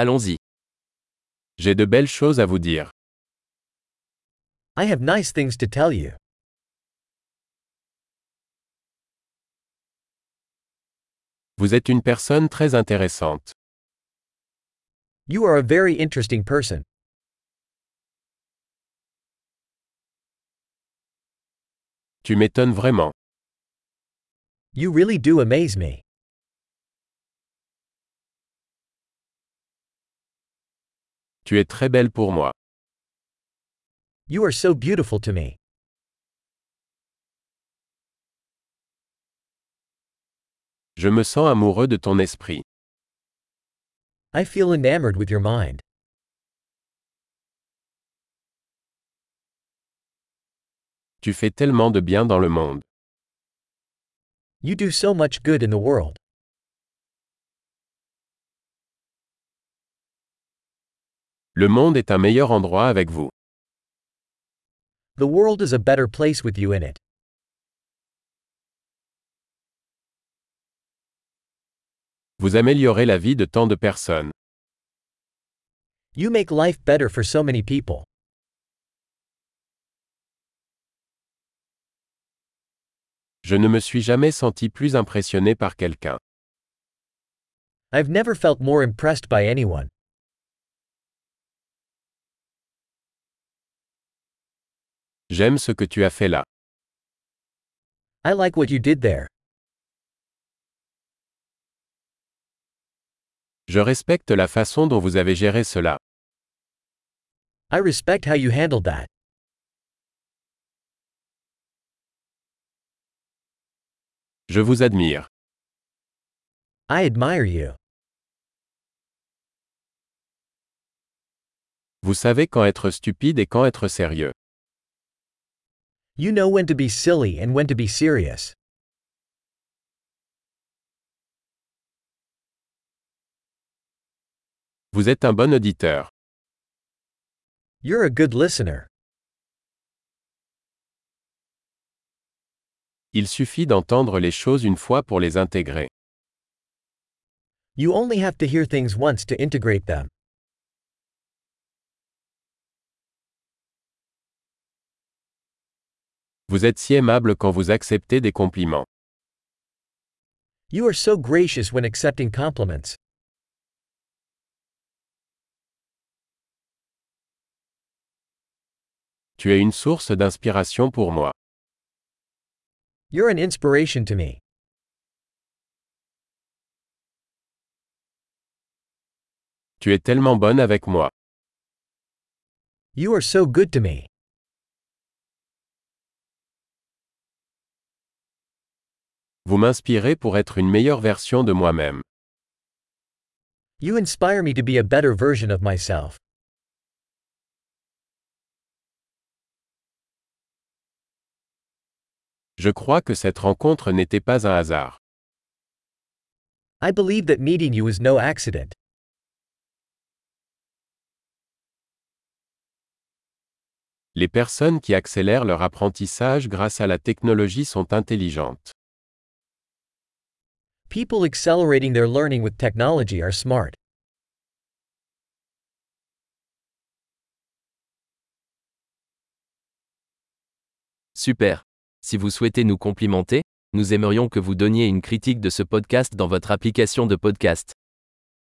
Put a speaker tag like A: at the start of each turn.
A: Allons-y. J'ai de belles choses à vous dire.
B: I have nice things to tell you.
A: Vous êtes une personne très intéressante.
B: You are a very interesting person.
A: Tu m'étonnes vraiment.
B: You really do amaze me.
A: Tu es très belle pour moi.
B: You are so beautiful to me.
A: Je me sens amoureux de ton esprit.
B: I feel enamored with your mind.
A: Tu fais tellement de bien dans le monde.
B: You do so much good in the world.
A: Le monde est un meilleur endroit avec vous.
B: The world is a better place with you in it.
A: Vous améliorez la vie de tant de personnes.
B: You make life better for so many people.
A: Je ne me suis jamais senti plus impressionné par quelqu'un.
B: I've never felt more impressed by anyone.
A: J'aime ce que tu as fait là.
B: I like what you did there.
A: Je respecte la façon dont vous avez géré cela.
B: I respect how you handled that.
A: Je vous admire.
B: I admire you.
A: Vous savez quand être stupide et quand être sérieux.
B: You know when to be silly and when to be serious.
A: Vous êtes un bon auditeur.
B: You're a good listener.
A: Il suffit d'entendre les choses une fois pour les intégrer.
B: You only have to hear things once to integrate them.
A: Vous êtes si aimable quand vous acceptez des compliments.
B: You are so gracious when accepting compliments.
A: Tu es une source d'inspiration pour moi.
B: You're an inspiration to me.
A: Tu es tellement bonne avec moi.
B: You are so good to me.
A: Vous m'inspirez pour être une meilleure version de moi-même.
B: You inspire me to be a better version of myself.
A: Je crois que cette rencontre n'était pas un hasard.
B: I believe that meeting you is no accident.
A: Les personnes qui accélèrent leur apprentissage grâce à la technologie sont intelligentes.
B: People accelerating their learning with technology are smart.
C: Super. Si vous souhaitez nous complimenter, nous aimerions que vous donniez une critique de ce podcast dans votre application de podcast.